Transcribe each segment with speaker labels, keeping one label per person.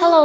Speaker 1: Hello，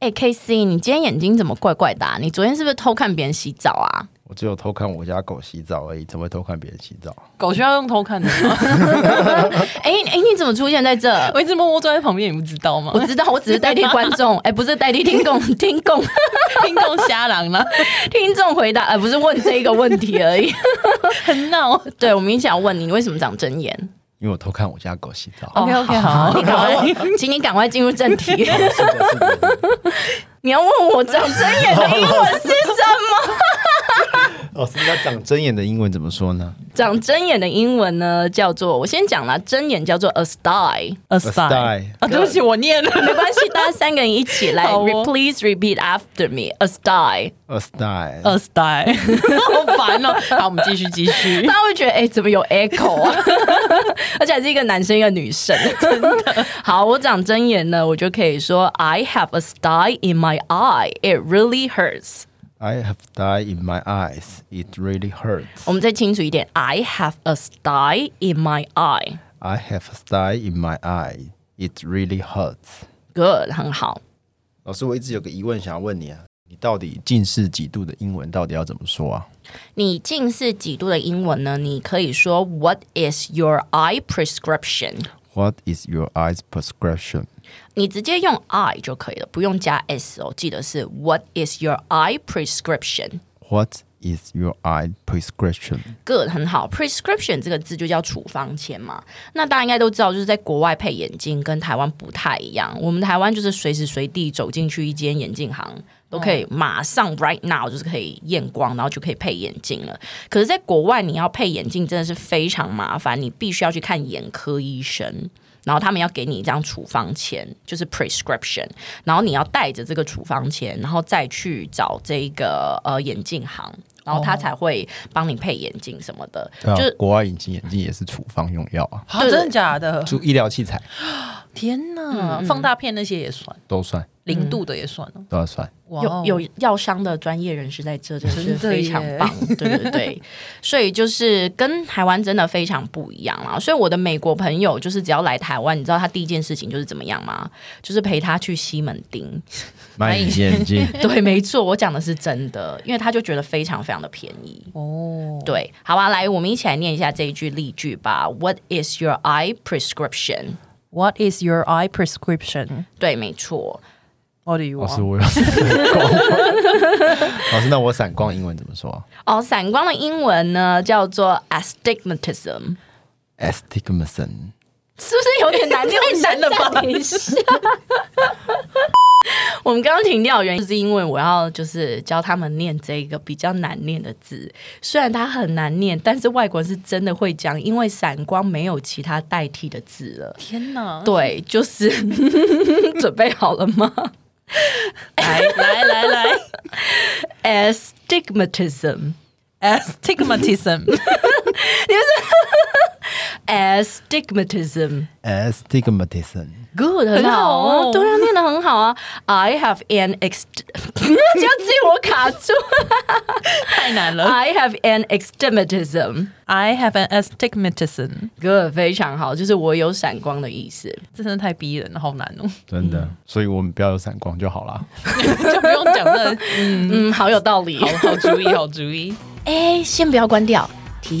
Speaker 2: 哎、k c 你今天眼睛怎么怪怪的、啊？你昨天是不是偷看别人洗澡啊？
Speaker 3: 我只有偷看我家狗洗澡而已，怎么会偷看别人洗澡？
Speaker 4: 狗需要用偷看的吗？
Speaker 2: 哎、哎、你怎么出现在这？
Speaker 4: 我一直默默坐在旁边，你不知道吗
Speaker 2: 我？知道，我只是代 替观众，哎、不是代替听众，听众
Speaker 4: 听众瞎狼啦，
Speaker 2: 听众回答，哎、不是问这个问题而已。
Speaker 4: 很闹。
Speaker 2: 对，我明想问你，你为什么长针眼？
Speaker 3: 因为我偷看我家狗洗澡。
Speaker 4: OK 哦 OK，好，
Speaker 2: 你赶快，请你赶快进入正 题。
Speaker 3: 哦是的，是 的。
Speaker 2: 你要问我长针眼的英文是什 么？
Speaker 3: 老师，那长针哦眼的英文怎么说呢
Speaker 2: 长针眼的英文呢，叫做我先讲啦，针眼叫做 a sty。
Speaker 4: A
Speaker 3: ？A
Speaker 4: star。
Speaker 3: sty
Speaker 4: 啊，对不起，我念了。
Speaker 2: 没关系，大家三个人一起来、
Speaker 4: 好哦
Speaker 2: r please repeat after me a sty。
Speaker 3: A sty。
Speaker 4: A star，好烦哦。好，我们继续继续
Speaker 2: 大。家会觉得，哎、怎么有 echo 啊？ 而且还是一个男生一个女生， 真的。好，我长针眼呢，我就可以说 I have a sty in my eye, it really hurts。
Speaker 3: I have dye in my eyes. It really hurts.
Speaker 2: 我们再清楚一点，I have a sty in my eye。
Speaker 3: I have a sty in my eye. It really hurts.
Speaker 2: Good，很好。
Speaker 3: 老师，我一直有个疑问想要问你啊，你到底近视几度的英文到底要怎么说啊？
Speaker 2: 你近视几度的英文呢？你可以说 What is your eye prescription？
Speaker 3: What is your eye's prescription?
Speaker 2: 你直接用 I 就可以了，不用加 S 哦。记得是 What is your eye prescription？
Speaker 3: What is your eye prescription?
Speaker 2: Good，很好。Prescription 这个字就叫处方签嘛。那大家应该都知道，就是在国外配眼镜跟台湾不太一样。我们台湾就是随时随地走进去一间眼镜行，都可以马上 right now 就是可以验光，然后就可以配眼镜了。可是，在国外你要配眼镜真的是非常麻烦，你必须要去看眼科医生。然后他们要给你一张处方签，就是 prescription，然后你要带着这个处方签，然后再去找这个呃眼镜行，然
Speaker 4: 哦
Speaker 2: 后他才会帮你配眼镜什么的。
Speaker 3: 对啊
Speaker 2: 就是
Speaker 3: 国外眼镜，眼镜也是处方用药啊，
Speaker 4: 好，真的假的？嗯
Speaker 3: 注医疗器材
Speaker 4: 天哪，放大片那些也算，
Speaker 3: 都算，
Speaker 4: 零度的也算哦。
Speaker 3: 都要算。
Speaker 4: 哇哦
Speaker 2: 有有药商的专业人士在这，真的是
Speaker 4: 真的
Speaker 2: 非
Speaker 4: 耶
Speaker 2: 常棒，对对对， 所以就是跟台湾真的非常不一样啦。所以我的美国朋友就是只要来台湾，你知道他第一件事情就是怎么样吗？就是陪他去西门町。
Speaker 3: 买隐形 眼镜
Speaker 2: 对，没错，我讲的是真的，因为他就觉得非常非常的便宜。
Speaker 4: 哦，
Speaker 2: 对，好吧，来，我们一起来念一下这一句例句吧。What is your eye prescription？
Speaker 4: ，What is your eye prescription？
Speaker 2: 对，没错，
Speaker 4: What do you
Speaker 3: 老
Speaker 4: want？
Speaker 3: 师，我有闪光。老师，那我闪光英文怎么说啊
Speaker 2: 哦，散光的英文呢叫做 astigmatism，
Speaker 3: ？Astigmatism。
Speaker 2: 是不是有点 难？太
Speaker 4: 难了吧
Speaker 2: 一下。 我们刚刚停掉的原因，就是因为我要就是教他们念这个比较难念的字，虽然它很难念，但是外国人是真的会讲，因为散光没有其他代替的字了。
Speaker 4: 天哪！
Speaker 2: 对，就是 准备好了吗
Speaker 4: 来来来来
Speaker 2: ？Astigmatism。
Speaker 4: ，astigmatism。
Speaker 2: Astigmatism,
Speaker 3: Astigmatism。
Speaker 2: good，很好
Speaker 4: 很好
Speaker 2: 啊，
Speaker 4: 哦
Speaker 2: 对啊，念的很好啊。I have an ex，不要这样子我卡 住。
Speaker 4: 太难了。
Speaker 2: I have an astigmatism,
Speaker 4: I have an astigmatism，
Speaker 2: good，非常好，就是我有闪光的意思。
Speaker 4: 这真的太逼人了，好难哦，
Speaker 3: 真的，所以我们不要有闪光就好啦。
Speaker 4: 就不用讲了。
Speaker 2: 嗯，好有道理。
Speaker 4: 好好主意，好主意。
Speaker 2: 哎，先不要关掉，提